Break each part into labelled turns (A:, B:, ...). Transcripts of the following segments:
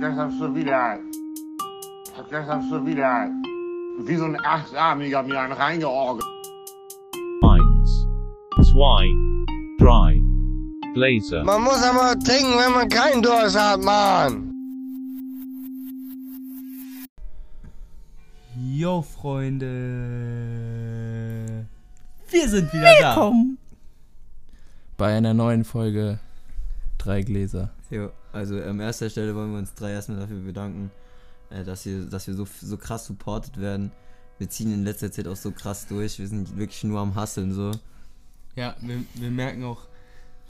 A: gestern schon wieder, hab gestern schon wieder wie so ein Achtarmiger mir einen reingeorgelt.
B: 1, 2, 3, Blazer,
C: Man muss aber trinken, wenn man keinen Durst hat, Mann.
D: Yo, Freunde. Wir sind wieder
E: bei einer neuen Folge Drei Gläser.
F: Ja, also an erster Stelle wollen wir uns drei erstmal dafür bedanken, äh, dass wir, dass wir so, so krass supported werden. Wir ziehen in letzter Zeit auch so krass durch. Wir sind wirklich nur am Hasseln so.
D: da. Ja, wir, wir merken auch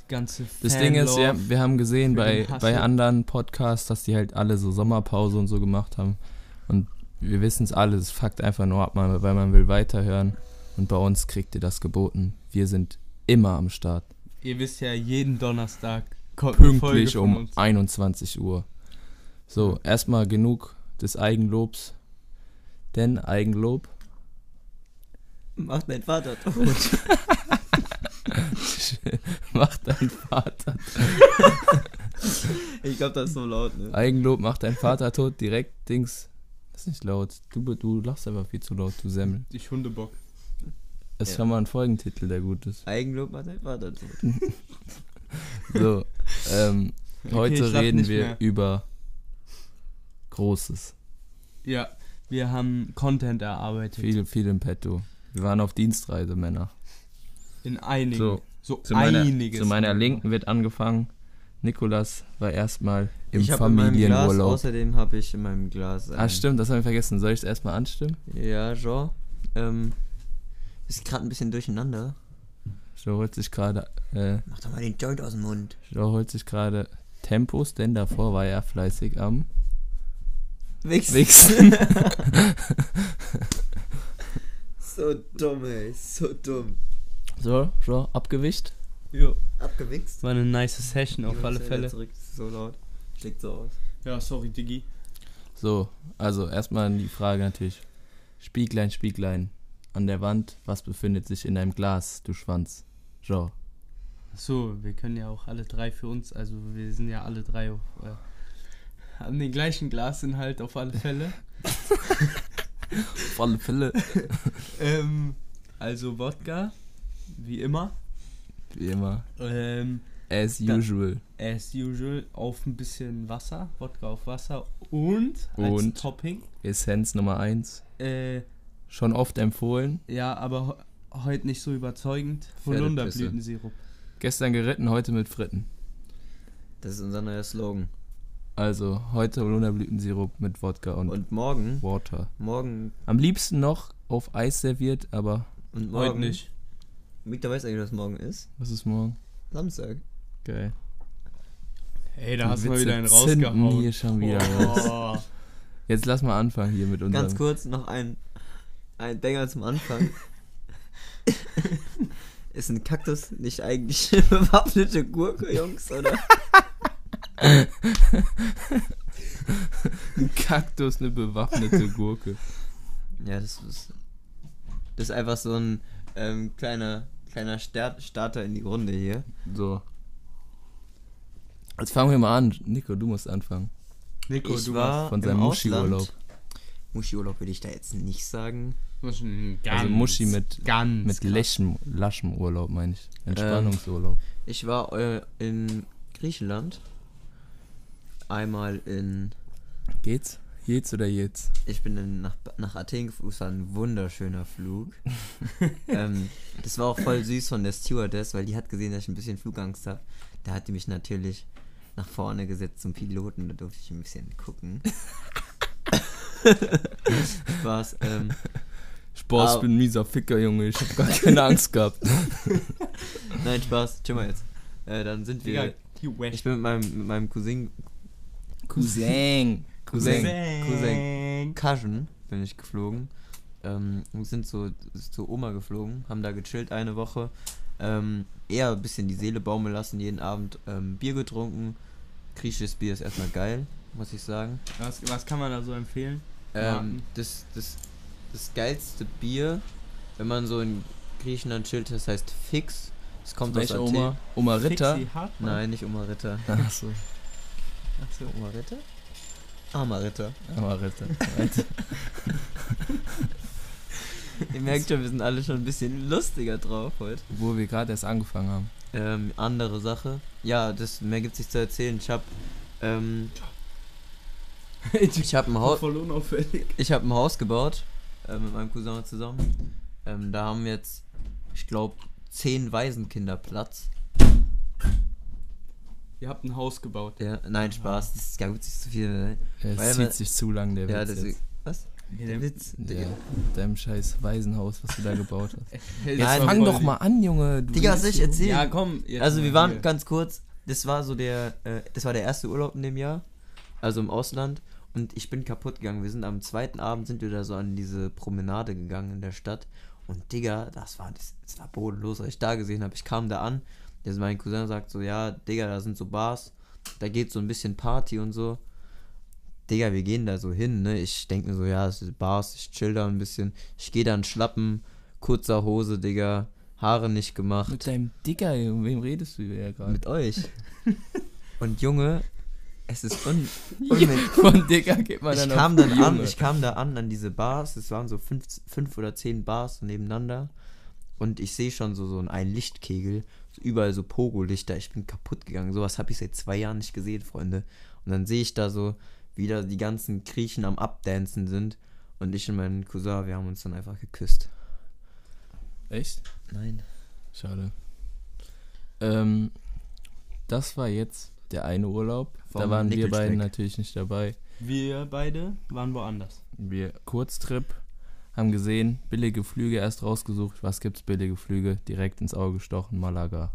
D: die ganze
E: Das Ding ist,
D: Fanlove.
E: wir, wir haben gesehen
D: für
E: bei,
D: den Hustle.
E: bei anderen Podcasts, dass die halt alle so Sommerpause und so gemacht haben. Und wir wissen es alle, es fuckt einfach nur ab, man- weil man will weiterhören. Und bei uns kriegt ihr das geboten. Wir sind immer am Start.
D: Ihr wisst ja, jeden Donnerstag kommt eine Folge
E: Pünktlich
D: von
E: um
D: uns.
E: 21 Uhr. So, erstmal genug des Eigenlobs. Denn Eigenlob.
F: Macht dein Vater tot.
E: Macht dein Vater.
F: ich glaube, das ist so laut, ne?
E: Eigenlob macht dein Vater tot. Direkt Dings. Das ist nicht laut. Du, du lachst einfach viel zu laut, du Semmel.
D: Ich Hundebock.
E: Das ist
F: Ja.
E: schon mal ein Folgentitel, der gut ist.
F: Eigenlob macht dein Vater tot.
E: So, ähm,
D: ich
E: heute
D: lach
E: reden
D: nicht
E: wir
D: mehr.
E: über Großes.
D: Ja, wir haben Content erarbeitet.
E: Viel, viel im Petto. Wir waren auf Dienstreise, Männer.
D: In einigen.
E: So,
D: so
E: Zu meiner,
D: einiges.
E: zu meiner Linken wird angefangen. Nikolas war erstmal im
F: ich habe in meinem Glas,
E: Familienurlaub.
F: außerdem habe ich in meinem Glas.
E: Ah,
F: ähm,
E: stimmt, das haben wir vergessen. Soll ich es erstmal anstimmen?
F: Ja, Jean. Ähm, ist gerade ein bisschen durcheinander.
E: So holt sich gerade, äh,
F: Mach doch mal den Joint aus dem Mund.
E: so holt sich gerade Tempos, denn davor war er fleißig am
F: Wichsen.
E: Wichsen.
F: So dumm, ey. So dumm.
E: So, so, abgewischt.
D: Jo,
F: Abgewichst.
D: war eine nice Session auf alle Fälle.
F: So laut. Schlägt so aus.
D: Ja, sorry, Diggi.
E: So, also erstmal die Frage natürlich. Spieglein, Spieglein. An der Wand, was befindet sich in deinem Glas, du Schwanz? Jo.
D: So, wir können ja auch alle drei für uns, also wir sind ja alle drei auf, äh, haben den gleichen Glasinhalt auf alle Fälle.
E: Auf alle Fälle.
D: ähm, also Wodka, wie immer.
E: Wie immer.
D: Ähm,
E: As
D: Da-
E: usual.
D: as usual auf ein bisschen Wasser, Wodka auf Wasser und als
E: Und?
D: Topping.
E: Essenz Nummer 1.
D: Äh,
E: Schon oft empfohlen.
D: ja, aber ho heute nicht so überzeugend.
E: Pferdepisse.
D: Holunderblütensirup.
E: Gestern geritten, heute mit Fritten.
F: Das ist unser neuer Slogan.
E: Also heute Holunderblütensirup mit Wodka und,
F: Und morgen,
E: Water.
F: morgen
E: Am liebsten noch auf Eis serviert, aber
F: und morgen.
D: Heute nicht.
F: Victor weiß eigentlich, was morgen ist.
E: was ist morgen?
F: Samstag.
E: Geil.
D: Ey,
E: Die
D: da hast du mal
E: Witze
D: wieder einen
E: zünden
D: rausgehauen.
E: hier schon wieder.
D: Oh.
E: Jetzt lass mal anfangen hier mit unserem
F: Ganz kurz noch ein, ein Banger zum Anfang. ist ein Kaktus nicht eigentlich eine bewaffnete Gurke, Jungs, oder?
E: Ein Kaktus, eine bewaffnete Gurke.
F: Ja, das ist. Das ist einfach so ein ähm, kleiner, kleiner Start, Starter in die Runde hier.
E: So. Jetzt fangen wir mal an. Nico, du musst anfangen.
D: Nico,
F: ich
D: du
F: war
E: von
F: von
E: seinem
F: seinem
E: Muschi-Urlaub.
F: Muschi-Urlaub. Muschi-Urlaub würde ich da jetzt nicht sagen.
D: warst ein ganz,
E: Also Muschi mit,
D: ganz
F: Hm,
E: mit lächem, laschem Urlaub, meine ich.
F: Ähm.
E: Entspannungsurlaub.
F: Ich war äh, in Griechenland. Einmal in.
E: Geht's? Jetzt oder jetzt?
F: Ich bin dann nach, nach Athen geflogen. Es war ein wunderschöner Flug. ähm, das war auch voll süß von der Stewardess, weil die hat gesehen, dass ich ein bisschen Flugangst habe. Da hat die mich natürlich nach vorne gesetzt zum Piloten. Da durfte ich ein bisschen gucken. Spaß. Ähm,
E: Spaß,
F: Au.
E: ich bin ein mieser Ficker, Junge. Ich hab gar keine Angst gehabt.
F: nein, Spaß. Chill mal jetzt. Äh, dann sind wir.
D: Digga, die West.
F: Ich bin mit meinem, mit meinem Cousin
E: Cousin. Cousin.
F: Cousin. Cousin. Cousin bin ich geflogen. Ähm, und sind so zur Oma geflogen, haben da gechillt eine Woche. Ähm, eher ein bisschen die Seele baumeln lassen, jeden Abend ähm, Bier getrunken. Griechisches Bier ist erstmal geil, muss ich sagen.
D: Was, was kann man da so empfehlen?
F: Ähm,
D: Marken.
F: das, das, das geilste Bier, wenn man so in Griechenland chillt, das heißt Fix. Es kommt aus
E: Welche
F: Athen.
E: Oma? Oma Ritter?
D: Fixi Hartmann?
F: Nein, nicht Oma Ritter.
E: Achso.
D: Ach so.
F: Oma Ritter? Armer Ritter.
E: Aber Ritter.
F: Ihr merkt schon, wir sind alle schon ein bisschen lustiger drauf heute.
E: Wo wir gerade erst angefangen haben.
F: Ähm, andere Sache. Ja, das mehr gibt's nicht zu erzählen. Ich hab, ähm, ich hab
E: Oh.
F: ein Haus,
D: Voll unauffällig.
F: ich hab ein Haus gebaut äh, mit meinem Cousin zusammen. Ähm, da haben wir jetzt, ich glaube, zehn Waisenkinder Platz.
D: Ihr habt ein Haus gebaut.
F: Ja, nein, Spaß. Das ist gar gut, nicht zu viel. ne? Weil
E: Es
F: man-
E: zieht sich zu lang, der
F: Ja,
E: Witz
F: das
E: jetzt.
F: was? Der
D: Jetzt
F: Witz.
E: Ja, mit deinem scheiß Waisenhaus, was du da gebaut hast.
F: Nein,
E: Fang doch mal an, Junge. Du
F: Digga, soll ich erzählen?
D: Ja, komm. jetzt
F: Also wir
D: mal
F: waren
D: hier.
F: ganz kurz, das war so der, äh, das war der erste Urlaub in dem Jahr, also im Ausland. Und ich bin kaputt gegangen. Wir sind am zweiten Abend sind wir da so an diese Promenade gegangen in der Stadt. Und Digga, das war, das, das war bodenlos, was ich da gesehen habe. Ich kam da an, jetzt mein Cousin sagt so, ja, Digga, da sind so Bars, da geht so ein bisschen Party und so. Digga, wir gehen da so hin, ne? Ich denke mir so, ja, es ist Bars, ich chill da ein bisschen. Ich gehe dann schlappen, kurzer Hose, Digga, Haare nicht gemacht.
E: Mit deinem Dicker, Junge. Wem redest du ja gerade?
F: Mit euch. Und Junge, es ist un, unmöglich.
E: Von Dicker geht man
F: Ich
E: dann
F: kam
E: auf
F: dann an,
E: Junge.
F: ich kam da an an diese Bars, es waren so fünf, fünf oder zehn Bars so nebeneinander und ich sehe schon so so einen Lichtkegel, so überall so Pogo-Lichter, ich bin kaputt gegangen, sowas habe ich seit zwei Jahren nicht gesehen, Freunde. Und dann sehe ich da so, wieder die ganzen Griechen am Abdancen sind und ich und mein Cousin, wir haben uns dann einfach geküsst.
E: Echt?
F: Nein.
E: Schade. Ähm, das war jetzt der eine Urlaub.
F: Vom
E: da waren wir beiden
F: Nickelsteck.
E: natürlich nicht dabei.
D: Wir beide waren woanders.
E: Wir Kurztrip haben gesehen, billige Flüge erst rausgesucht. Was gibt's billige Flüge? Direkt ins Auge gestochen, Malaga.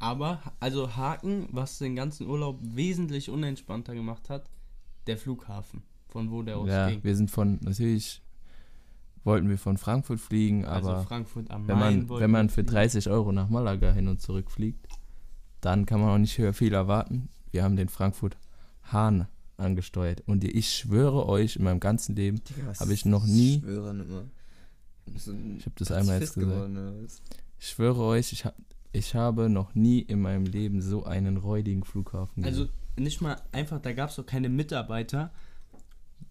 D: Aber, also Haken, was den ganzen Urlaub wesentlich unentspannter gemacht hat, der Flughafen, von wo der
E: ja,
D: ausging.
E: wir sind von natürlich wollten wir von Frankfurt fliegen,
D: also
E: aber
D: Frankfurt am
E: wenn
D: Main.
E: man
D: wollten
E: wenn man
D: wir
E: für
D: fliegen.
E: 30 Euro nach Malaga hin und zurück fliegt, dann kann man auch nicht höher viel erwarten. Wir haben den Frankfurt Hahn angesteuert und ich schwöre euch in meinem ganzen Leben, Hab ich noch nie-
F: Ich schwöre nicht mehr. So ein-
E: ich habe das
F: als
E: einmal
F: Fist
E: jetzt gesagt.
F: geworden, ne? oder was?
E: Ich schwöre euch, ich, ha ich habe noch nie in meinem Leben so einen räudigen Flughafen gesehen.
D: Also nicht mal einfach, da gab es doch keine Mitarbeiter.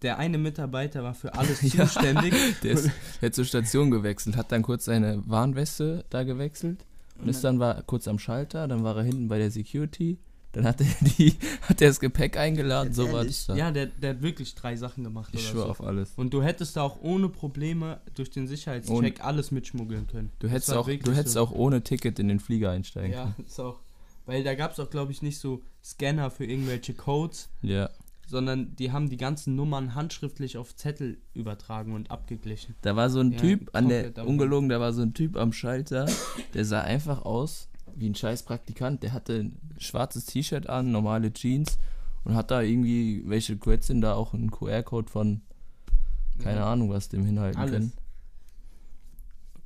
D: Der eine Mitarbeiter war für alles zuständig.
E: der ist der hat zur Station gewechselt, hat dann kurz seine Warnweste da gewechselt und ist dann war kurz am Schalter, dann war er hinten bei der Security, dann hat er die, hat er das Gepäck eingeladen, so war das da.
D: ja, der, der hat wirklich drei Sachen gemacht.
E: ich
D: oder
E: schwöre
D: so.
E: auf alles.
D: Und du hättest da auch ohne Probleme durch den Sicherheitscheck alles mitschmuggeln können.
E: Du
D: Das
E: hättest,
D: war
E: auch, du
D: wirklich
E: hättest
D: so.
E: auch ohne Ticket in den Flieger einsteigen
D: Ja, ist auch. Weil da gab es auch, glaube ich, nicht so Scanner für irgendwelche Codes,
E: können. Ja.
D: sondern die haben die ganzen Nummern handschriftlich auf Zettel übertragen und abgeglichen.
E: Da war so ein
D: Ja,
E: Typ an der,
D: komplett am-
E: ungelogen, da war so ein Typ am Schalter, der sah einfach aus wie ein scheiß Praktikant. Der hatte ein schwarzes T-Shirt an, normale Jeans und hat da irgendwie, welche Quetzin da auch einen QR-Code von, keine Ahnung was, dem hinhalten
D: Alles.
E: können.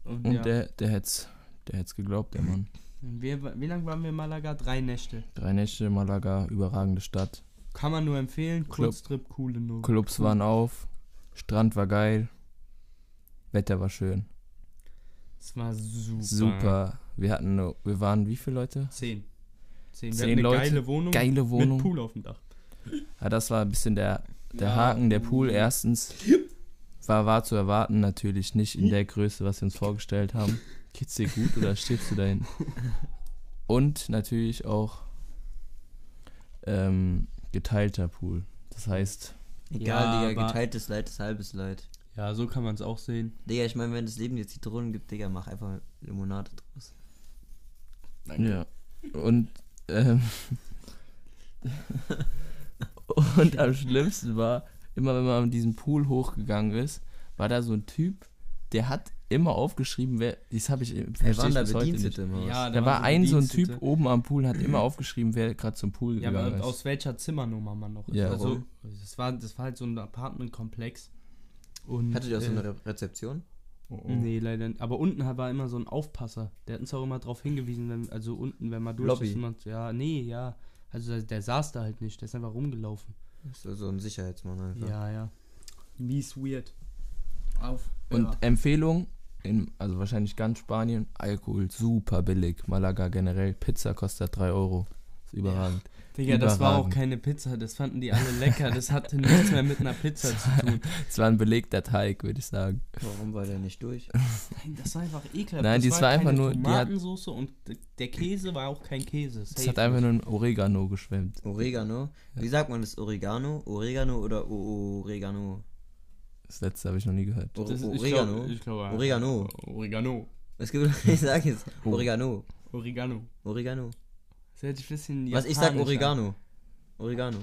D: Und,
E: Und
D: ja.
E: der, der hätt's, der hätt's geglaubt, der Mann.
D: wir, wie lange waren wir in Malaga? Drei Nächte.
E: Drei Nächte, Malaga, überragende Stadt.
D: Kann man nur empfehlen.
E: Club.
D: Kurztrip, coole Nummer.
E: Clubs waren auf, Strand war geil, Wetter war schön.
D: Es war super.
E: Super.
D: Mhm.
E: Wir hatten, nur- wir waren wie viele Leute?
D: Zehn.
E: Zehn
D: Zehn, wir hatten eine
E: Leute,
D: geile Wohnung
E: Geile Wohnung.
D: mit Pool auf dem Dach.
E: Ja, das war ein bisschen der, der
D: Ja.
E: Haken, der Pool. Erstens war, war zu erwarten, natürlich nicht in der Größe, was wir uns vorgestellt haben. Geht's dir gut oder stirbst du dahin? Und natürlich auch ähm, geteilter Pool. Das heißt,
D: Ja,
F: Egal, Digga,
D: aber-
F: geteiltes Leid ist halbes Leid.
D: Ja, so kann man es auch sehen.
F: Digga, ich meine, wenn das Leben dir Zitronen gibt, Digga, mach einfach Limonade draus.
E: ja. Und, ähm, und am schlimmsten war, immer wenn man an diesem Pool hochgegangen ist, war da so ein Typ, der hat immer aufgeschrieben, wer, das habe ich,
F: Wir
E: verstehe
F: waren
E: ich
F: da
E: bis heute nicht.
F: Bedienstete im Haus.
D: Ja,
E: Da, war ein so ein Typ
D: Bedienstete.
E: oben am Pool, hat immer aufgeschrieben, wer gerade zum Pool
D: Ja,
E: gegangen
D: aber
E: ist.
D: aus welcher Zimmernummer man noch ist.
E: Ja.
D: Also, das war, das war halt so ein Apartmentkomplex. Und,
F: Hattet ihr auch so
D: äh,
F: eine Re Rezeption?
D: Nee, leider nicht. Aber unten war immer so ein Aufpasser. Der hat uns auch immer drauf hingewiesen, wenn, also unten, wenn man durch
F: Lobby.
D: ist. Man, ja, nee, ja. Also der, der saß da halt nicht, der ist einfach rumgelaufen.
F: So, so ein Sicherheitsmann einfach.
D: Ja, ja. Mies weird. Auf.
E: Und Empfehlung, in, also wahrscheinlich ganz Spanien, Alkohol super billig. Malaga generell, Pizza kostet 3 Euro. Ist überragend.
D: Digga, das war auch
E: Überragend.
D: keine Pizza, das fanden die alle lecker, das hatte nichts mehr mit einer Pizza zu tun.
E: Es war ein belegter Teig, würde ich sagen.
F: Warum war der nicht durch?
D: Nein, das war einfach ekelhaft.
E: Nein,
D: das
E: dies war einfach
D: keine
E: nur- die hat-
D: Tomatensoße und d- der Käse war auch kein Käse.
E: Es hat einfach nur ein Oregano geschwemmt.
F: Oregano? Wie sagt man das? Oregano? Oregano oder O- Oregano?
E: Das letzte habe ich noch nie gehört.
F: O-
D: Das ist- ich
F: Oregano?
D: glaub- ich glaub, ja.
F: Oregano.
D: Oregano.
F: Es gibt, ich sag jetzt
D: Oh.
F: Oregano.
D: Oregano.
F: Oregano.
D: Das hätte ich ein bisschen
F: Was ich sag
D: japanisch an.
F: Oregano. Oregano.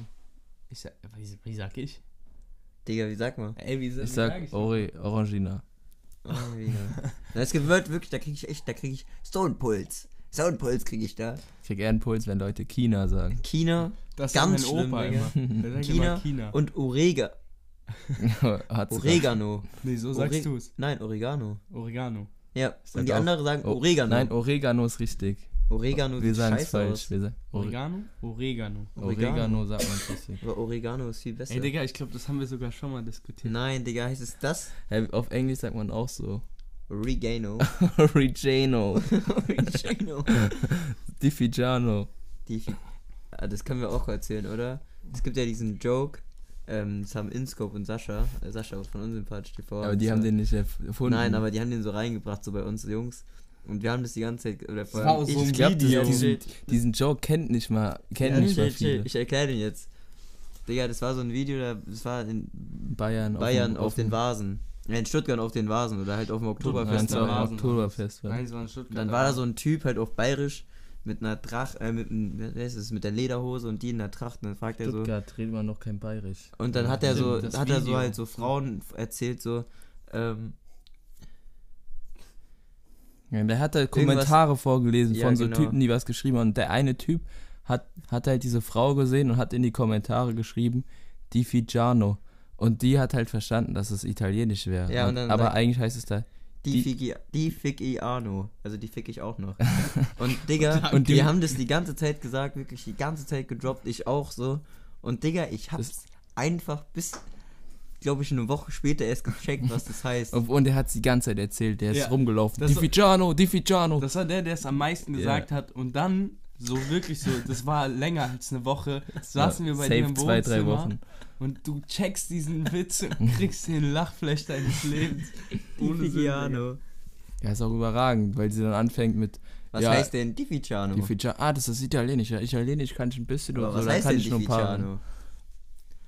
D: Ich sag, wie, wie sag ich?
F: Digga, wie sagt man?
D: Ey, wie, sa-
E: Ich
D: wie
E: sag Ore Orangina.
F: Oregano. Na, es wird wirklich, da krieg ich echt, da krieg ich Stonepuls. Stonepuls krieg ich da.
E: Ich krieg eher einen Puls, wenn Leute China sagen.
F: China
D: das? Das
F: ganz
D: sagt mein Opa
F: schlimm, Digga.
D: immer. Der sagt
F: China,
D: immer China.
F: und Orega,
E: Hat's
F: Oregano.
D: nee, so sagst
F: Ore-
D: du es.
F: Nein, Oregano.
D: Oregano.
F: Ja, und die
E: auch-
F: anderen sagen
E: Oh,
F: Oregano.
E: Nein, Oregano ist richtig.
F: Oregano
E: Wir
F: sieht
E: sagen es
F: scheiße
E: falsch.
F: aus.
E: Wir sagen Ore
D: Oregano? Oregano.
F: Oregano.
E: Oregano sagt man richtig.
F: Aber Oregano ist viel besser.
D: Ey, Digga, ich glaube, das haben wir sogar schon mal diskutiert.
F: Nein, Digga, heißt es das?
E: Hä, auf Englisch sagt man auch so.
F: Oregano.
E: Oregano.
F: Oregano.
E: Diffigiano.
F: Die, Ah, das können wir auch erzählen, oder? Es gibt ja diesen Joke. Ähm, das haben Inscope und Sascha. Äh, Sascha von Unsympathisch TV.
E: Aber die
F: Das
E: haben
F: war-
E: den nicht erfunden.
F: Nein, aber die haben den so reingebracht, so bei uns Jungs. Und wir haben das die ganze Zeit. Oder vor
D: war
F: allem
D: auch
F: ich-
D: so ein
E: ich glaube,
D: Video.
E: diesen, diesen Joke kennt nicht mal, kennt
F: Ja,
E: nicht mal
F: chill, chill,
E: viele.
F: Ich erkläre den jetzt. Digga, das war so ein Video, da- das war in
E: Bayern,
F: Bayern auf, den
E: dem-
F: Vasen. Ja, in Stuttgart auf den Vasen oder halt auf dem
E: Nein,
F: Oktoberfest.
E: es war
D: Vasen.
E: ein Oktoberfest. war.
D: Nein, es war in Stuttgart.
F: Dann war da so ein Typ halt auf bayerisch mit einer Tracht, äh, mit, einem- wer ist es, mit der Lederhose und die in der Tracht. Und dann fragt er so.
E: Stuttgart redet man noch kein Bayerisch.
F: Und dann hat er so,
D: Stimmt, das
F: hat er so
D: Video.
F: halt so Frauen erzählt, so, ähm,
E: Ja, der hat halt Kommentare vorgelesen
F: Ja,
E: von so
F: genau.
E: Typen, die was geschrieben haben. Und der eine Typ hat, hat halt diese Frau gesehen und hat in die Kommentare geschrieben, Di Figiano. Und die hat halt verstanden, dass es italienisch wäre.
F: Ja, und
E: Und-
F: dann
E: aber
F: sagt-
E: eigentlich heißt es da.
F: die,
E: Die-
F: Figi, die Figiano. Also die fick ich auch noch. und Digga,
E: Und die-
F: wir haben das die ganze Zeit gesagt, wirklich die ganze Zeit gedroppt, ich auch so. Und Digga, ich hab's einfach bis, glaube ich, eine Woche später erst gecheckt, was das heißt.
E: Und, und er hat es die ganze Zeit erzählt, der
D: Ja.
E: ist rumgelaufen.
D: Das
E: Di
D: so-
E: Figiano, Di Figiano.
D: Das war der, der es am meisten gesagt hat. Und dann, so wirklich so, das war länger als eine Woche, saßen wir bei
E: safe
D: dir im
E: zwei,
D: Wohnzimmer.
E: drei Wochen.
D: Und du checkst diesen Witz und kriegst den Lachfleisch deines Lebens.
F: Die
D: Ohne Sinn.
F: Figiano.
E: Ja, ist auch überragend, weil sie dann anfängt mit.
F: Was
E: ja,
F: heißt denn die Figiano?
E: Di Figiano. Ah, das ist Italienisch. Ja, Italienisch kann ich ein bisschen
F: Aber
E: und
F: was
E: so, dann
F: heißt
E: kann
F: denn
E: ich
F: die
E: nur ein paar.
F: Figiano?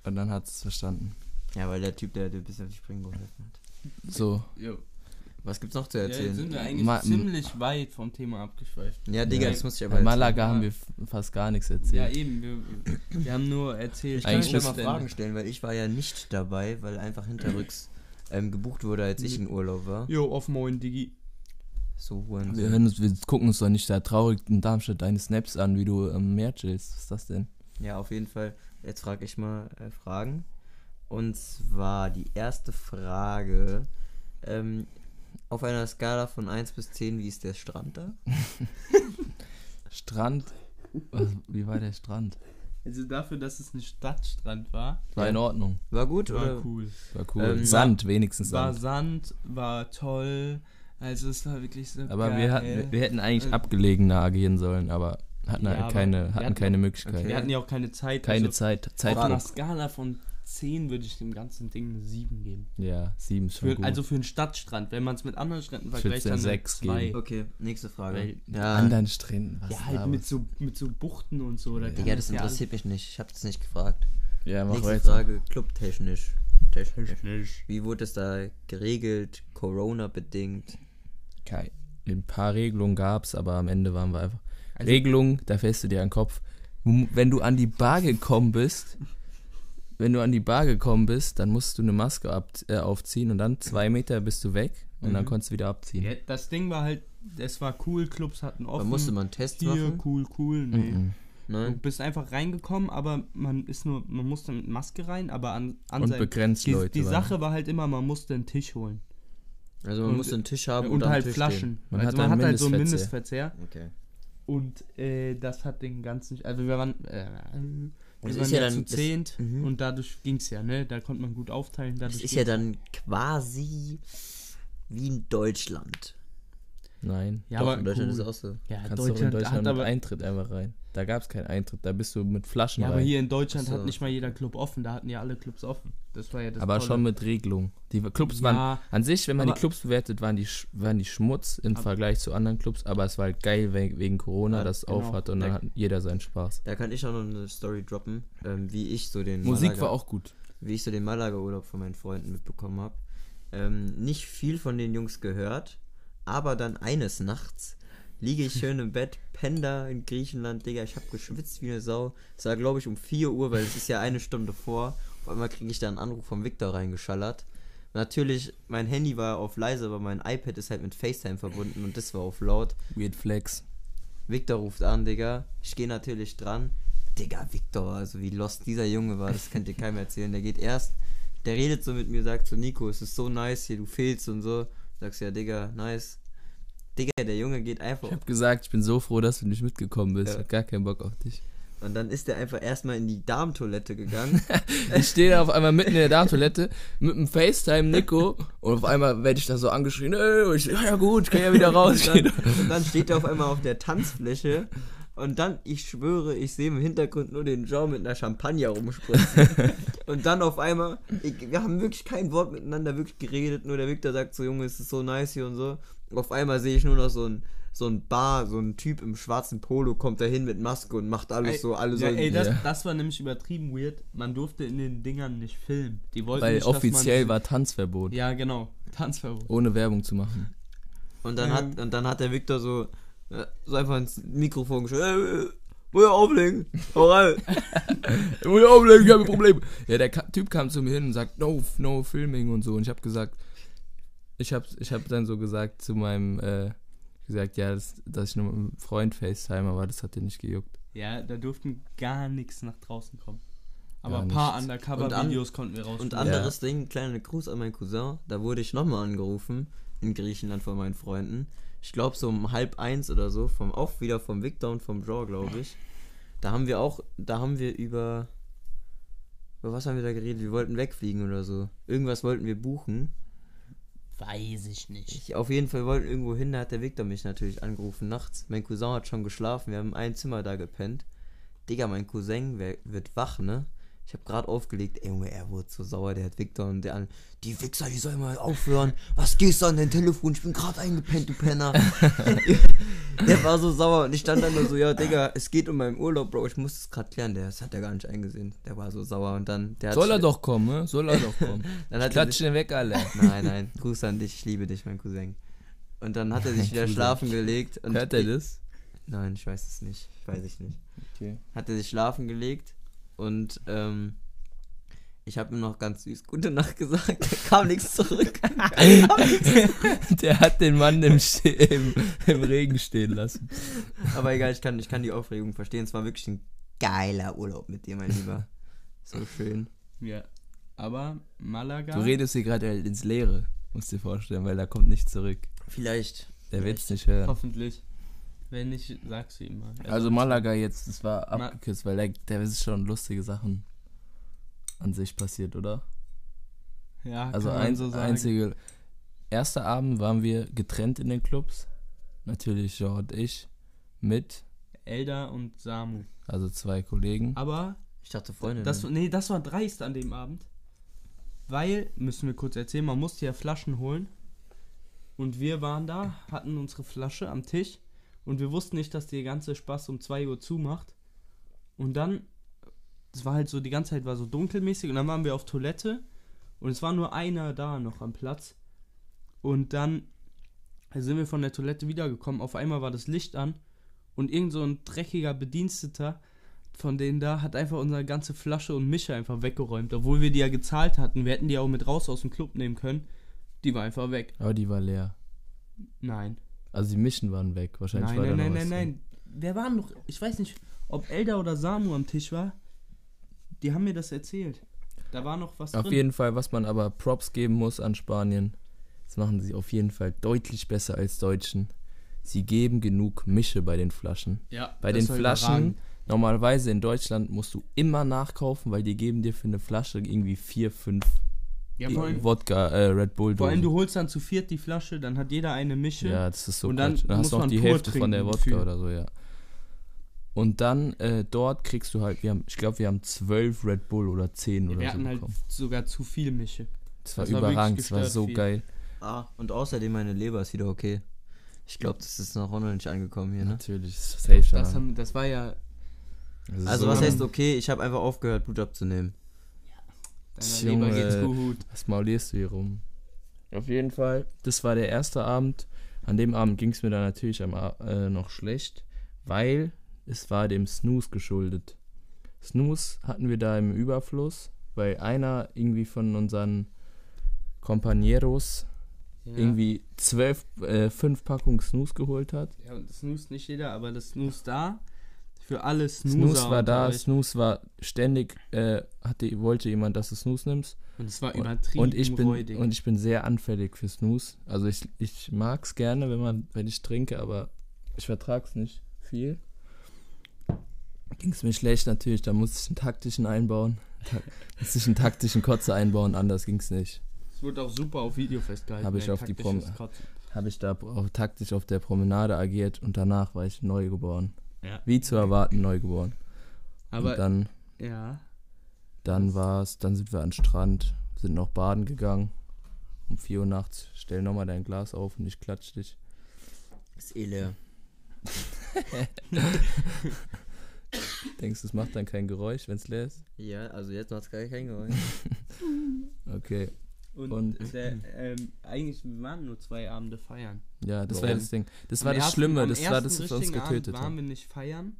E: Und dann hat es verstanden.
F: Ja, weil der Typ, der dir ein bisschen auf die Sprünge geholfen hat.
E: So.
D: Jo.
F: Was gibt's noch zu
D: Ja, jetzt sind
F: erzählen?
D: wir eigentlich
E: Ma-
D: ziemlich weit vom Thema abgeschweift.
F: Ja, Digga,
D: Ja.
F: das muss ich aber
E: Bei Malaga
D: ja.
E: haben wir f- fast gar nichts
D: Ja,
E: erzählt.
D: eben, wir, wir haben nur erzählt,
F: Ich kann
E: Eigentlich
F: euch ja mal
E: Umstände.
F: Fragen stellen, weil ich war ja nicht dabei, weil einfach hinterrücks ähm, gebucht wurde, als ich in Urlaub war.
D: Jo, auf Moin Digi.
F: So
E: wir,
F: Hurensohn.
E: hören uns, wir gucken uns doch nicht da traurig in Darmstadt deine Snaps an, wie du am Meer chillst. Was ist das denn?
F: Ja, auf jeden Fall. Jetzt frage ich mal äh, Fragen. Und zwar die erste Frage. Ähm, auf einer Skala von 1 bis 10, wie ist der Strand da?
E: Strand? Was, wie war der Strand?
D: Also dafür, dass es ein Stadtstrand war,
E: War in Ordnung.
F: War gut, oder?
D: war cool.
E: War cool.
F: Ähm,
E: Sand, wenigstens
D: War
E: Sand.
D: Sand, war toll. Also es war wirklich so
E: Aber
D: geil.
E: wir hatten, wir, wir hätten eigentlich
D: Ähm,
E: abgelegener agieren sollen, aber hatten
D: Ja,
E: halt
D: aber
E: keine,
D: wir
E: hatten
D: hatten-
E: keine Möglichkeit.
D: Wir hatten ja auch keine Zeit.
E: Keine
D: also
E: Zeit.
D: Auf einer
E: Zeitdruck.
D: Skala von 10 würde ich dem ganzen Ding eine 7 geben.
E: Ja, sieben ist schon
D: Für,
E: gut.
D: also für einen Stadtstrand. Wenn man es mit anderen Stränden
E: würd's
D: vergleicht,
E: ja
D: dann eine
E: sechs
D: 2.
E: geben.
F: Okay, nächste Frage.
E: Weil-
F: Ja,
E: anderen Stränden. was
D: Ja, halt
E: da
D: mit
E: was.
D: so, mit so Buchten und so. Da kann
F: Digga, das
D: ja alles-
F: interessiert mich nicht. Ich habe das nicht gefragt.
E: Ja, mach
F: nächste
E: weiter.
F: Frage, clubtechnisch. Technisch. Wie wurde es da geregelt? Corona-bedingt?
E: Kei- Ein paar Regelungen gab es, aber am Ende waren wir einfach.
D: Also
E: Regelungen, da fällst du dir an den Kopf. M- Wenn du an die Bar gekommen bist, wenn du an die Bar gekommen bist, dann musst du eine Maske ab, äh, aufziehen und dann zwei Meter bist du weg und dann konntest du wieder abziehen.
D: Mhm. Ja, das Ding war halt, es war cool, Clubs hatten
F: Da
D: offen.
F: musste man einen Test
D: hier,
F: machen. ne?
D: cool, cool, nee. Du
F: Nein.
D: bist einfach reingekommen, aber man ist nur, man musste mit Maske rein, aber an, an
E: Und
D: seinem-
E: begrenzt
D: die,
E: Leute
D: Die
E: waren.
D: Sache war halt immer, man musste einen Tisch holen.
F: Also man
D: Und-
F: musste einen Tisch haben
D: und
F: am
D: halt
F: Tisch
D: Flaschen.
E: Man
D: also
E: hat
D: man
E: einen
D: hat halt so einen
E: Mindestverzehr.
D: Mindestverzehr.
F: Stehen. Okay.
D: Und äh, das hat den ganzen. Also wir waren. Äh, wir
F: Das
D: waren
F: ist ja
D: ja
F: dann-
D: zu
F: das-
D: zehnt
F: Mhm.
D: und dadurch ging's ja, ne? Da konnte man gut aufteilen.
F: Das
D: Dadurch
F: ist ja dann
D: ging's.
F: quasi wie in Deutschland.
E: Nein.
D: ja,
F: Doch,
D: aber
F: in Deutschland
D: cool.
F: ist es auch so.
D: ja,
E: Kannst
D: Deutschland,
E: doch in Deutschland
D: hat
E: mit
D: aber
E: Eintritt einmal rein. Da gab es keinen Eintritt, da bist du mit Flaschen
D: Ja, aber
E: rein.
D: hier in Deutschland
E: Ach so.
D: hat nicht mal jeder Club offen, da hatten ja alle Clubs offen. Das war ja das
E: aber
D: Tolle.
E: schon mit Regelung. Die Clubs waren,
D: Ja,
E: an sich, wenn man die
D: aber-
E: Clubs bewertet, waren die, sch- waren die Schmutz im Vergleich zu anderen Clubs, aber es war halt geil we wegen Corona,
F: Ja,
E: dass es auf
D: genau.
E: hat und dann
F: Da-
E: hat jeder seinen Spaß.
F: Da kann ich auch noch eine Story droppen, ähm, wie ich so den
E: Musik
F: Malaga-
E: war auch gut.
F: wie ich so den Malaga-Urlaub von meinen Freunden mitbekommen habe. Ähm, nicht viel von den Jungs gehört, aber dann eines Nachts liege ich schön im Bett, Penda in Griechenland, Digga, ich habe geschwitzt wie eine Sau. Es war, glaube ich, um 4 Uhr, weil es ist ja eine Stunde vor. Auf einmal kriege ich da einen Anruf vom Victor reingeschallert. Natürlich, mein Handy war auf leise, aber mein iPad ist halt mit FaceTime verbunden und das war auf laut.
E: Weird Flex.
F: Victor ruft an, Digga. Ich gehe natürlich dran. Digga, Victor, also wie lost dieser Junge war, das könnt ihr keinem erzählen. Der geht erst, der redet so mit mir, sagt so, Nico, es ist so nice hier, du fehlst und so. Sagst ja, Digga, nice. Digga, der Junge geht einfach.
E: Ich hab gesagt, ich bin so froh, dass du nicht mitgekommen bist.
F: Ja.
E: Ich hab gar keinen Bock auf dich.
F: Und dann ist der einfach erstmal in die Darmtoilette gegangen.
E: Ich stehe da auf einmal mitten in der Darmtoilette mit einem FaceTime Nico und auf einmal werde ich da so angeschrien, ey, und ich, ja ja gut, ich kann ja wieder
F: dann,
E: rausgehen.
F: und dann steht er auf einmal auf der Tanzfläche. Und dann, ich schwöre, ich sehe im Hintergrund nur den Jean mit einer Champagner rumspritzen. und dann auf einmal, ich, wir haben wirklich kein Wort miteinander wirklich geredet, nur der Victor sagt so, Junge, es ist so nice hier und so. Und auf einmal sehe ich nur noch so ein, so ein Bar, so ein Typ im schwarzen Polo kommt dahin mit Maske und macht alles
D: Ey,
F: so, alles
D: ja,
F: so.
D: ey,
E: Ja.
D: das, das war nämlich übertrieben weird. Man durfte in den Dingern nicht filmen. Die wollten
E: Weil
D: nicht, dass
E: offiziell
D: man,
E: war Tanzverbot,
D: Ja, genau. Tanzverbot.
E: ohne Werbung zu machen.
F: Und dann hat und dann hat der Victor so, äh, so einfach ins Mikrofon geschrieben, äh, äh, muss ja auflegen, hau rein.
E: Ich habe ein Problem. Ja, der Ka Typ kam zu mir hin und sagt, no, no filming und so. Und ich habe gesagt, ich habe ich hab dann so gesagt zu meinem, äh, gesagt, ja, das, dass ich nur mit einem Freund FaceTime, aber das hat dir nicht gejuckt.
D: Ja, da durften gar nichts nach draußen kommen. Aber
E: Gar
D: ein paar
E: nichts.
F: Und an-
D: Undercover-Videos konnten wir raus.
F: Und anderes Ding, kleiner Gruß an meinen Cousin, da wurde ich nochmal angerufen, in Griechenland von meinen Freunden. Ich glaube so um halb eins oder so, vom, auch wieder vom Victor und vom Jaw, glaube ich. Da haben wir auch, da haben wir über, über was haben wir da geredet? Wir wollten wegfliegen oder so. Irgendwas wollten wir buchen.
D: Weiß ich nicht.
F: Ich, auf jeden Fall wollten wir irgendwo hin, da hat der Victor mich natürlich angerufen nachts. Mein Cousin hat schon geschlafen, wir haben ein Zimmer da gepennt. Digga, mein Cousin wer, wird wach, ne? Ich hab grad aufgelegt, ey Junge, er wurde so sauer, der hat Victor und der an. Die Wichser, die sollen mal aufhören. Was gehst du an dein Telefon? Ich bin grad eingepennt, du Penner. der war so sauer und ich stand dann nur so, ja, Digga, es geht um meinen Urlaub, Bro, ich muss es grad klären. Der, das hat er gar nicht eingesehen. Der war so sauer und dann. Der hat
E: Soll er
F: schl-
E: doch kommen, ne? Soll er doch kommen.
F: Dann hat er sich-
E: Klatsch den weg, alle.
F: Nein, nein, Gruß an dich, ich liebe dich, mein Cousin. Und dann hat er sich wieder schlafen gelegt. Und
E: Hört er das?
F: Nein, ich weiß es nicht. Ich weiß ich nicht.
E: Okay.
F: Hat er sich schlafen gelegt und ähm, ich habe ihm noch ganz süß Gute Nacht gesagt. Da kam nichts zurück.
E: Der hat den Mann im, Ste- im, im Regen stehen lassen.
F: Aber egal, ich kann, ich kann die Aufregung verstehen. Es war wirklich ein geiler Urlaub mit dir, mein Lieber. So schön.
D: Ja. Aber Malaga.
E: Du redest hier gerade halt ins Leere, musst dir vorstellen, weil da kommt nichts zurück.
F: Vielleicht.
E: Der will's nicht hören.
D: Hoffentlich. Wenn nicht, sagst du ihm mal.
E: Also Malaga jetzt, das war
D: Ma-
E: abgekürzt, weil da, da ist schon lustige Sachen an sich passiert, oder?
D: ja,
E: Also
D: kann man
E: ein
D: so sagen.
E: einzige. Erster Abend waren wir getrennt in den Clubs. Natürlich Jean und ich mit,
D: Elda und Samu.
E: also zwei Kollegen.
D: Aber
F: Ich dachte, Freunde. ne?
D: Das, nee, das war dreist an dem Abend. Weil, müssen wir kurz erzählen, man musste ja Flaschen holen. Und wir waren da, hatten unsere Flasche am Tisch. Und wir wussten nicht, dass der ganze Spaß um 2 Uhr zumacht. Und dann, es war halt so, die ganze Zeit war so dunkelmäßig. Und dann waren wir auf Toilette. Und es war nur einer da noch am Platz. Und dann sind wir von der Toilette wiedergekommen. Auf einmal war das Licht an. Und irgend so ein dreckiger Bediensteter von denen da hat einfach unsere ganze Flasche und Mische einfach weggeräumt, obwohl wir die ja gezahlt hatten. Wir hätten die auch mit raus aus dem Club nehmen können. Die war einfach weg.
E: Aber die war leer.
D: Nein.
E: Also die Mischen waren weg. Wahrscheinlich
D: Nein,
E: war
D: nein,
E: da
D: nein,
E: noch
D: nein,
E: was drin.
D: nein. Wer waren noch? Ich weiß nicht, ob Elda oder Samu am Tisch war. Die haben mir das erzählt. Da war noch was
E: Auf
D: drin.
E: jeden Fall, was man aber Props geben muss an Spanien, das machen sie auf jeden Fall deutlich besser als Deutschen. Sie geben genug Mische bei den Flaschen.
D: ja,
E: Bei
D: das
E: den
D: war
E: Flaschen,
D: überragend.
E: normalerweise in Deutschland musst du immer nachkaufen, weil die geben dir für eine Flasche irgendwie 4, 5
D: Ja, vor, allem,
E: Wodka, äh, Red Bull.
D: vor allem,
E: Dosen.
D: du holst dann zu viert die Flasche, dann hat jeder eine Mische.
E: Ja, das ist so
D: Und dann
E: Quatsch. Dann
D: muss
E: hast du auch
D: man
E: die
D: pur
E: Hälfte von
D: trinken,
E: der Wodka
D: gefühlt.
E: oder so, ja. Und dann äh, dort kriegst du halt, wir haben, ich glaube, wir haben zwölf Red Bull oder zehn oder
D: wir
E: so
D: hatten halt
E: bekommen.
D: sogar zu viel Mische.
E: Das war
D: das war wirklich
E: überragend, das war
D: gestört
E: so
D: viel.
E: geil.
F: Ah, und außerdem meine Leber ist wieder okay. Ich glaube, das ist noch online nicht angekommen hier, ne?
E: Natürlich, safe
D: Das,
E: schon.
D: haben, das war ja
F: Also,
E: so
F: was
E: ein-
F: heißt okay? Ich habe einfach aufgehört, Blut abzunehmen.
D: deiner
E: Junge.
D: Leber geht's gut.
E: Was maulierst du hier rum? Auf jeden Fall, das war der erste Abend. An dem Abend ging es mir dann natürlich am, A- äh, noch schlecht, weil es war dem Snooze geschuldet. Snooze hatten wir da im Überfluss, weil einer irgendwie von unseren Compañeros
D: Ja.
E: irgendwie zwölf, äh, fünf Packungen Snooze geholt hat.
D: Ja, und das snoost nicht jeder, aber das snoost da. Für alle Snoozer.
E: Snooze war
D: unter
E: da,
D: euch.
E: Snooze war ständig, äh, hatte, wollte jemand, dass du Snooze nimmst.
D: Und es war
E: Und-
D: übertrieben
E: Und ich bin,
D: räudig.
E: und ich bin sehr anfällig für Snooze. Also ich, ich mag es gerne, wenn, man, wenn ich trinke, aber ich vertrage es nicht viel. Ging es mir schlecht natürlich, da musste ich einen taktischen einbauen. Ta musste ich einen taktischen Kotze einbauen, anders ging es nicht.
D: es wurde auch super auf Video festgehalten.
E: Hab ich
D: dein
E: auf die
D: taktisches
E: Prom-
D: Kotzen.
E: Habe ich da auch taktisch auf der Promenade agiert und danach war ich neu geboren.
D: Ja.
E: Wie zu erwarten, neu geboren.
D: Aber
E: und dann,
D: ja,
E: dann war es, dann sind wir an den Strand, sind noch baden gegangen. Um 4 Uhr nachts, stell nochmal dein Glas auf und ich klatsch dich.
F: Ist eh leer.
E: Denkst du, es macht dann kein Geräusch, wenn es leer ist?
F: Ja, also jetzt macht's gar keinen Geräusch.
E: Okay.
D: und,
E: Und-
D: der, ähm, eigentlich wir waren nur zwei Abende feiern.
E: Ja, das
F: Warum?
E: war das Ding. Das war
D: Am
E: das
D: ersten-
E: Schlimme,
D: am
E: das war das,
D: ersten
E: was uns
D: richtigen
E: getötet
D: Abend waren
E: hat.
D: wir nicht feiern,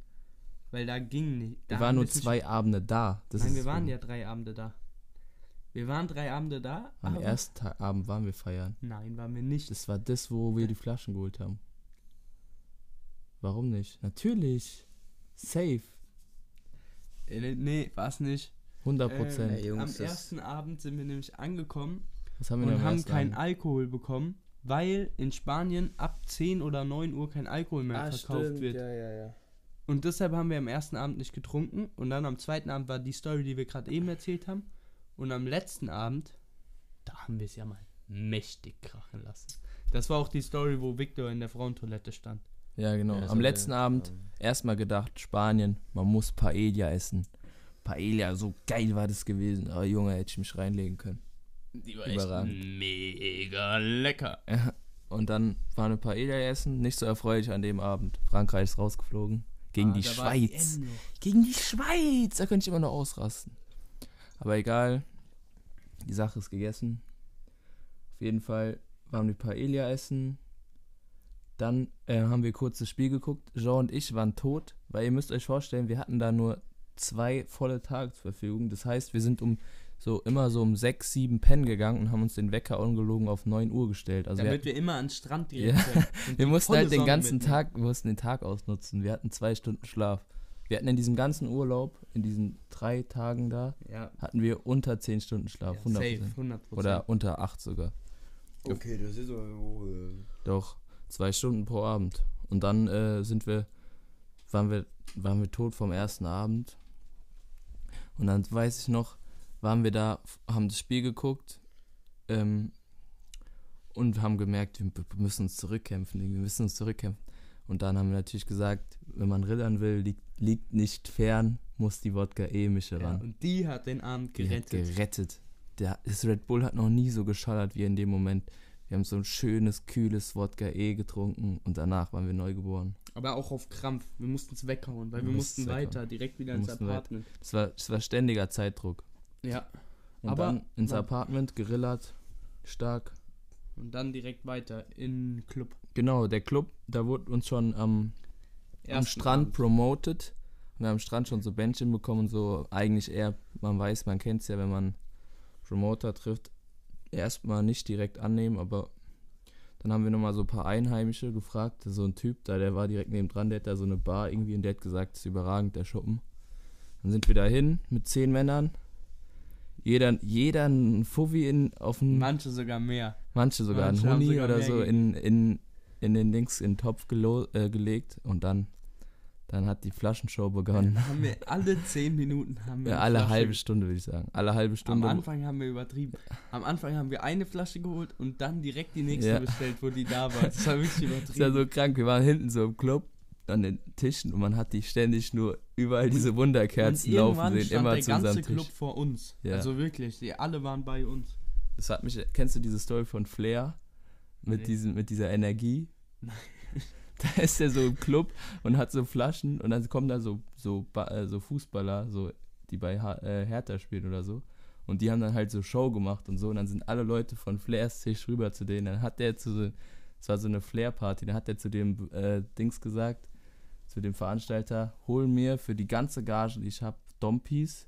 D: weil da ging nicht. Da
E: Wir
D: haben
E: waren nur
D: wir's nicht-
E: zwei Abende da. Das
D: Nein,
E: ist
D: wir
E: das
D: waren ja
E: Problem.
D: drei Abende da. Wir waren drei Abende da.
E: Am
D: aber-
E: ersten Tag, Abend waren wir feiern.
D: Nein, waren wir nicht.
E: Das war das, wo wir die Flaschen geholt haben. Warum nicht? Natürlich. Safe.
D: Äh, nee, war es nicht.
E: 100
F: ja,
E: Prozent.
F: Jungs,
D: am
F: das-
D: ersten Abend sind wir nämlich angekommen
E: Was haben wir denn
D: und
E: am
D: haben
E: ersten
D: keinen
E: Abend?
D: Alkohol bekommen, weil in Spanien ab 10 oder 9 Uhr kein Alkohol mehr verkauft wird. Und deshalb haben wir am ersten Abend nicht getrunken und dann am zweiten Abend war die Story, die wir gerade eben erzählt haben. Und am letzten Abend, da haben wir es ja mal mächtig krachen lassen. Das war auch die Story, wo Victor in der Frauentoilette stand.
E: Ja, genau.
F: Ja, das
E: Am
F: haben wir-
E: letzten Abend erstmal gedacht, Spanien, man muss Paella essen. Paella, so geil war das gewesen. Oh, Junge, hätte ich mich reinlegen können.
D: Die war
E: echt Überragend.
D: mega lecker.
E: Ja, Und dann war eine Paella essen, nicht so erfreulich an dem Abend. Frankreich ist rausgeflogen. Gegen
D: Ah,
E: die Schweiz. Gegen die Schweiz! Da könnte ich immer noch ausrasten. Aber egal, die Sache ist gegessen. Auf jeden Fall waren wir Paella essen. Dann äh, haben wir kurz das Spiel geguckt. Jean und ich waren tot, weil ihr müsst euch vorstellen, wir hatten da nur zwei volle Tage zur Verfügung. Das heißt, wir sind um so immer so um 6, 7 pennen gegangen und haben uns den Wecker ungelogen auf 9 Uhr gestellt. Also wir
D: Damit wir immer an den Strand gehen
E: Ja.
D: können. und
E: wir
D: die
E: mussten
D: volle
E: halt den
D: Sonne
E: ganzen
D: mitnehmen.
E: Tag, wir mussten den Tag ausnutzen. Wir hatten zwei Stunden Schlaf. Wir hatten in diesem ganzen Urlaub, in diesen drei Tagen da,
D: Ja,
E: hatten wir unter zehn Stunden Schlaf.
D: ja
E: 100
D: safe, 100%.
E: Oder unter acht sogar.
F: Okay, das ist aber äh,
E: Doch, zwei Stunden pro Abend. Und dann äh, sind wir, waren wir, waren wir tot vom ersten Abend. Und dann weiß ich noch, waren wir da, f- haben das Spiel geguckt ähm, und haben gemerkt, wir b- müssen uns zurückkämpfen, wir müssen uns zurückkämpfen. Und dann haben wir natürlich gesagt, wenn man rillern will, liegt, liegt nicht fern, muss die Wodka-E-Mische
D: ja,
E: ran.
D: und die hat den Abend
E: Die hat
D: gerettet.
E: gerettet. Der, das Red Bull hat noch nie so geschallert wie in dem Moment. Wir haben so ein schönes, kühles Wodka E getrunken und danach waren wir neugeboren.
D: Aber auch auf Krampf. Wir mussten es weghauen, weil
E: Wir
D: wir,
E: mussten's
D: mussten
E: weghauen.
D: weiter, direkt wieder
E: Wir
D: ins
E: mussten weiter.
D: Apartment.
E: Es war, es war ständiger Zeitdruck.
D: Ja.
E: Und
D: Aber
E: dann ins
D: man-
E: Apartment, gerillert, stark.
D: Und dann direkt weiter in den Club.
E: Genau, der Club, da wurde uns schon am, am
D: Ersten
E: Strand
D: Abend.
E: promoted. Wir haben am Strand schon so Bändchen bekommen und so. Eigentlich eher, man weiß, man kennt es ja, wenn man Promoter trifft, erstmal nicht direkt annehmen, aber dann haben wir nochmal so ein paar Einheimische gefragt. So ein Typ da, der war direkt nebendran, der hat da so eine Bar irgendwie und der hat gesagt, das ist überragend, der Schuppen. Dann sind wir da hin mit zehn Männern. Jeder, jeder ein Fuffi in, auf dem
D: Manche sogar mehr.
E: Manche sogar
D: Manche
E: einen
D: haben
E: Huni
D: sogar
E: oder
D: mehr
E: so in,
D: gegeben.
E: in, in den Dings in den Topf gelo- äh, gelegt und dann, dann hat die Flaschenshow begonnen.
D: Haben wir alle zehn Minuten haben wir
E: Ja,
D: eine
E: alle
D: Flasche-
E: halbe Stunde, würde ich sagen. Alle halbe
D: Am
E: Stunde.
D: Anfang haben wir übertrieben. Am Anfang haben wir eine Flasche geholt und dann direkt die nächste
E: Ja.
D: bestellt, wo die da war. Das war wirklich
E: ist ja
D: übertrieben.
E: so krank. Wir waren hinten so im Club, an den Tischen und man hat die ständig nur überall diese Wunderkerzen
D: und irgendwann
E: laufen sehen,
D: stand
E: immer
D: der ganze
E: zusammen
D: Club
E: Tisch.
D: vor uns.
E: Ja.
D: Also wirklich, die alle waren bei uns.
E: Das hat mich, kennst du diese Story von Flair mit,
D: Nee.
E: diesem, mit dieser Energie? Da ist er so im Club und hat so Flaschen und dann kommen da so, so, Ba- äh, so Fußballer, so, die bei ha äh, Hertha spielen oder so. Und die haben dann halt so Show gemacht und so. Und dann sind alle Leute von Flairs Tisch rüber zu denen. Dann hat der zu so, es war so eine Flair-Party, dann hat der zu dem äh, Dings gesagt, zu dem Veranstalter, hol mir für die ganze Gage, die ich habe, Dompies.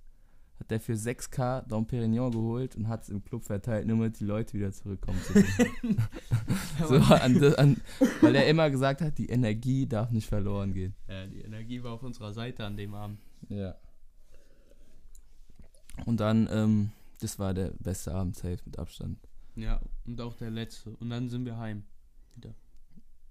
E: Hat der für 6K Dom Perignon geholt und hat es im Club verteilt, nur damit die Leute wieder zurückkommen zu denen. So, an, an, weil er immer gesagt hat, die Energie darf nicht verloren gehen.
D: Ja, die Energie war auf unserer Seite an dem Abend.
E: Ja. Und dann, ähm, das war der beste Abend safe mit Abstand.
D: Ja, und auch der letzte. Und dann sind wir heim.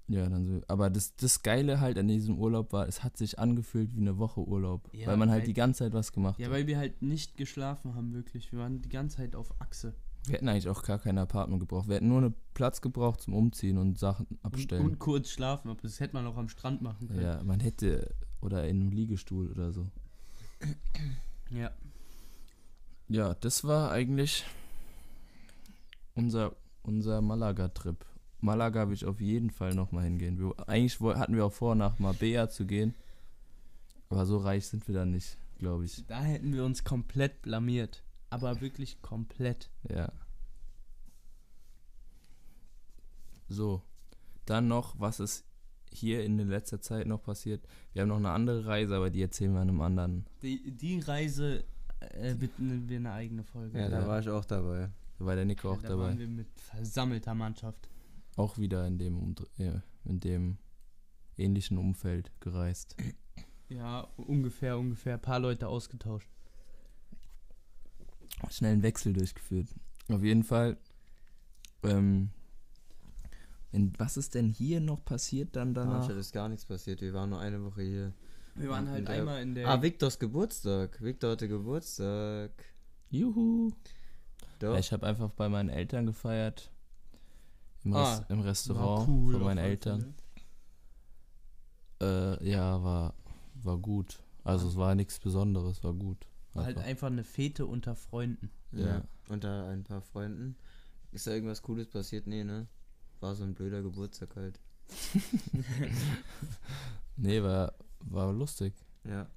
E: Ja, dann so. Aber das, das Geile halt an diesem Urlaub war, es hat sich angefühlt wie eine Woche Urlaub.
D: Ja,
E: weil man halt
D: weil-
E: die ganze Zeit was gemacht
D: Ja,
E: hat.
D: weil wir halt nicht geschlafen haben, wirklich. Wir waren die ganze Zeit auf Achse.
E: Wir hätten eigentlich auch gar kein Apartment gebraucht. Wir hätten nur einen Platz gebraucht zum Umziehen und Sachen
D: Und,
E: abstellen.
D: und kurz schlafen, aber das hätte man auch am Strand machen können.
E: ja, man hätte. Oder in einem Liegestuhl oder so.
D: ja.
E: Ja, das war eigentlich unser, unser Malaga-Trip. Malaga will ich auf jeden Fall nochmal hingehen. Wir, eigentlich woll- hatten wir auch vor, nach Marbella zu gehen. Aber so reich sind wir dann nicht, glaube ich.
D: Da hätten wir uns komplett blamiert. Aber wirklich komplett.
E: Ja. So, dann noch, was ist hier in der letzter Zeit noch passiert? Wir haben noch eine andere Reise, aber die erzählen wir an einem anderen.
D: Die, die Reise äh, widmen wir eine eigene Folge.
F: Ja, da
E: Ja.
F: war ich auch dabei.
E: Da war der Nico auch
D: da
E: dabei.
D: waren wir mit versammelter Mannschaft.
E: Auch wieder in dem, Umdre- äh, in dem ähnlichen Umfeld gereist.
D: Ja, ungefähr, ungefähr. Ein paar Leute ausgetauscht.
E: schnell einen Wechsel durchgeführt. Auf jeden Fall. Ähm, in, was ist denn hier noch passiert dann danach?
D: Ah.
F: Darmstadt ist gar nichts passiert, wir waren nur eine Woche hier.
D: Wir waren halt
F: Und der-
D: einmal in der.
F: Ah, Viktors Geburtstag. Viktor hatte Geburtstag.
E: Juhu!
F: Doch.
E: Ich habe einfach bei meinen Eltern gefeiert. Im,
D: Ah,
E: Res- im Restaurant von meinen Eltern. Äh, ja, war, war gut. Also es war nichts Besonderes, war gut.
D: Halt
E: Einfach.
D: einfach eine Fete unter Freunden.
E: Ja.
F: Ja. Unter ein paar Freunden. Ist da irgendwas Cooles passiert? Nee, ne? War so ein blöder Geburtstag halt.
E: Nee, war, war lustig.
F: Ja.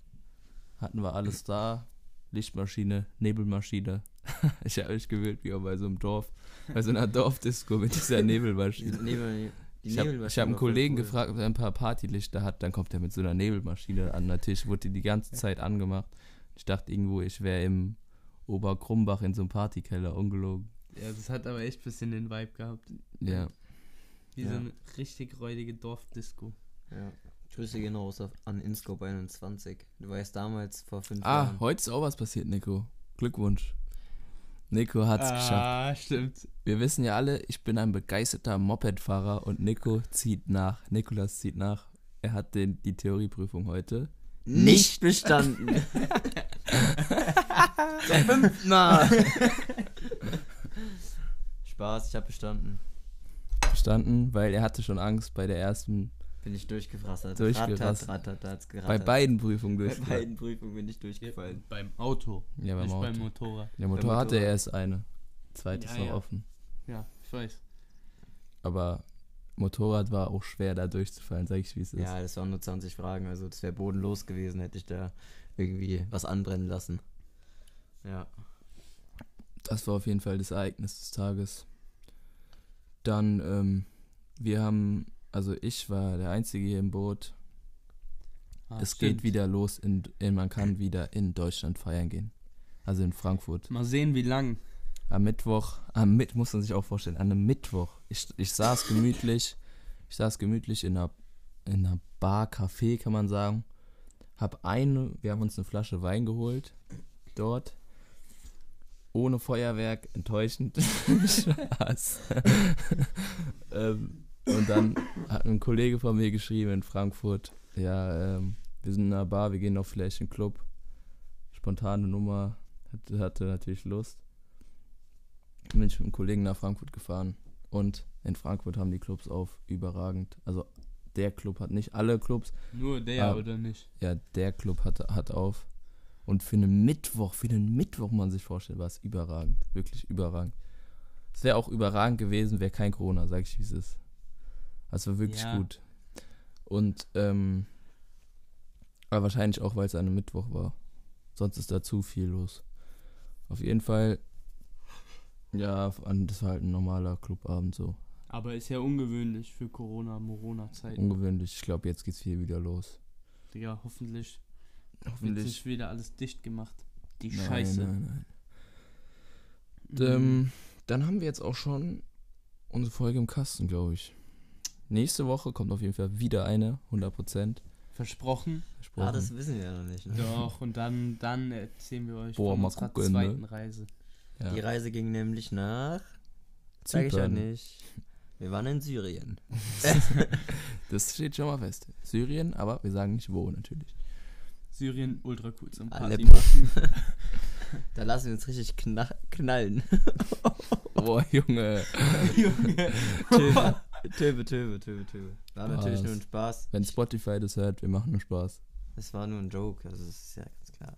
E: Hatten wir alles da. Lichtmaschine, Nebelmaschine. ich habe mich gewählt wie auch bei so einem Dorf, bei so einer Dorfdisco mit dieser
F: Die
E: Nebelmaschine.
F: Nebel, die
E: Ich habe
F: Nebelmaschine
E: hab einen
F: war voll
E: Kollegen
F: cool.
E: gefragt, ob er ein paar Partylichter hat. Dann kommt er mit so einer Nebelmaschine an der Tisch, wurde die die ganze Zeit angemacht. Ich dachte irgendwo, ich wäre im Oberkrumbach in so einem Partykeller, ungelogen.
D: Ja, das hat aber echt ein bisschen den Vibe gehabt.
E: Ja,
D: Wie
F: Ja.
D: so eine richtig räudige Dorfdisco.
F: Ja. Grüße gehen raus auf, an Inscope 21. Du weißt damals vor fünf
E: Ah,
F: Jahren.
E: heute ist auch was passiert, Nico. Glückwunsch. Nico
D: Ah.
E: hat's geschafft.
D: stimmt.
E: Wir wissen ja alle, ich bin ein begeisterter Mopedfahrer und Nico zieht nach. Nikolas zieht nach. Er hat den, die Theorieprüfung heute.
F: Nicht bestanden. Na. Spaß, ich habe bestanden.
E: Verstanden, weil er hatte schon Angst bei der ersten,
F: Bin ich durchgefrassert.
E: Durchgefrassert.
F: Ratat, ratat, hat's
E: bei
F: gerattert.
E: beiden Prüfungen
F: Bei
E: durch.
F: beiden Prüfungen bin ich durchgefallen.
D: Beim Auto,
E: Ja, beim
D: nicht
E: Auto.
D: beim Motorrad.
E: Der Motor
F: Motor-
E: hatte erst eine. Zweite ist
D: Ja,
E: noch
D: ja.
E: offen.
D: Ja, ich weiß.
E: Aber Motorrad war auch schwer, da durchzufallen, sag ich, wie es ist.
F: Ja, das waren nur 20 Fragen, also das wäre bodenlos gewesen, hätte ich da irgendwie was anbrennen lassen. Ja.
E: Das war auf jeden Fall das Ereignis des Tages. Dann, ähm, wir haben, also ich war der Einzige hier im Boot.
D: Ah,
E: es geht
D: stimmt.
E: wieder los, in, in, man kann wieder in Deutschland feiern gehen. Also in Frankfurt.
D: Mal sehen, wie lang.
E: Am Mittwoch, am Mitt, muss man sich auch vorstellen, an einem Mittwoch. Ich, ich saß gemütlich, ich saß gemütlich in einer, in einer Bar, Café, kann man sagen. Hab eine, wir haben uns eine Flasche Wein geholt, dort. Ohne Feuerwerk, enttäuschend. Spaß. ähm, und dann hat ein Kollege von mir geschrieben in Frankfurt, ja, ähm, wir sind in einer Bar, wir gehen noch vielleicht in den Club. Spontane Nummer, hatte, hatte natürlich Lust bin ich mit einem Kollegen nach Frankfurt gefahren und in Frankfurt haben die Clubs auf, überragend. Also der Club hat nicht alle Clubs.
D: Nur der
E: Ah.
D: oder nicht?
E: Ja, der Club hat, hat auf. Und für einen Mittwoch, für einen Mittwoch, man sich vorstellt, war es überragend. Wirklich überragend. Es wäre auch überragend gewesen, wäre kein Corona, sag ich, wie es ist. Also war wirklich
D: Ja.
E: gut. Und, ähm, aber wahrscheinlich auch, weil es an einem Mittwoch war. Sonst ist da zu viel los. Auf jeden Fall, ja, an- das war halt ein normaler Clubabend so.
D: Aber ist ja ungewöhnlich für Corona-Morona-Zeiten.
E: Ungewöhnlich. Ich glaube, jetzt geht's hier wieder los.
D: Digga, hoffentlich wird
E: Hoffentlich.
D: nicht wieder alles dicht gemacht. Die
E: Nein,
D: Scheiße.
E: Nein, nein.
F: Mhm.
E: Und, ähm, dann haben wir jetzt auch schon unsere Folge im Kasten, glaube ich. Nächste Woche kommt auf jeden Fall wieder eine, 100%.
D: Versprochen.
E: Versprochen.
F: Ah, das wissen wir ja noch nicht. Ne?
D: Doch, und dann, dann erzählen wir euch
E: Boah,
D: von
E: mal
D: unserer
E: gucken, ne?
D: zweiten Reise.
E: ja.
F: Die Reise ging nämlich nach. Sag ich ja
E: Zypern.
F: nicht. Wir waren in Syrien.
E: Das steht schon mal fest. Syrien, aber wir sagen nicht wo natürlich.
D: Syrien, ultra cool zum Party
F: Aleppo.
D: machen.
F: Da lassen wir uns richtig knach knallen.
E: Boah, Junge.
D: Junge.
F: Töbe, töbe, töbe, töbe, töbe. War natürlich
E: Spaß.
F: nur ein Spaß.
E: Wenn Spotify das hört, wir machen nur Spaß.
F: Es war nur ein Joke, also es ist ja ganz klar.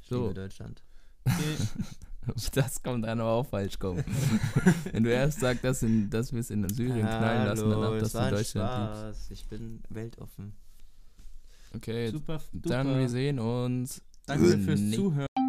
F: Ich
E: So.
F: liebe Deutschland.
D: Okay.
E: Das kommt dann aber auch falsch kommen. Wenn du erst sagst, dass, in- dass wir es in Syrien knallen lassen,
F: Hallo,
E: danach,
F: es
E: dass du
F: war ein
E: Deutschland liebst.
F: Spaß. Ich bin weltoffen.
E: Okay,
D: Super,
E: dann wir
D: duper.
E: sehen uns.
D: Danke fürs
E: Nee.
D: Zuhören.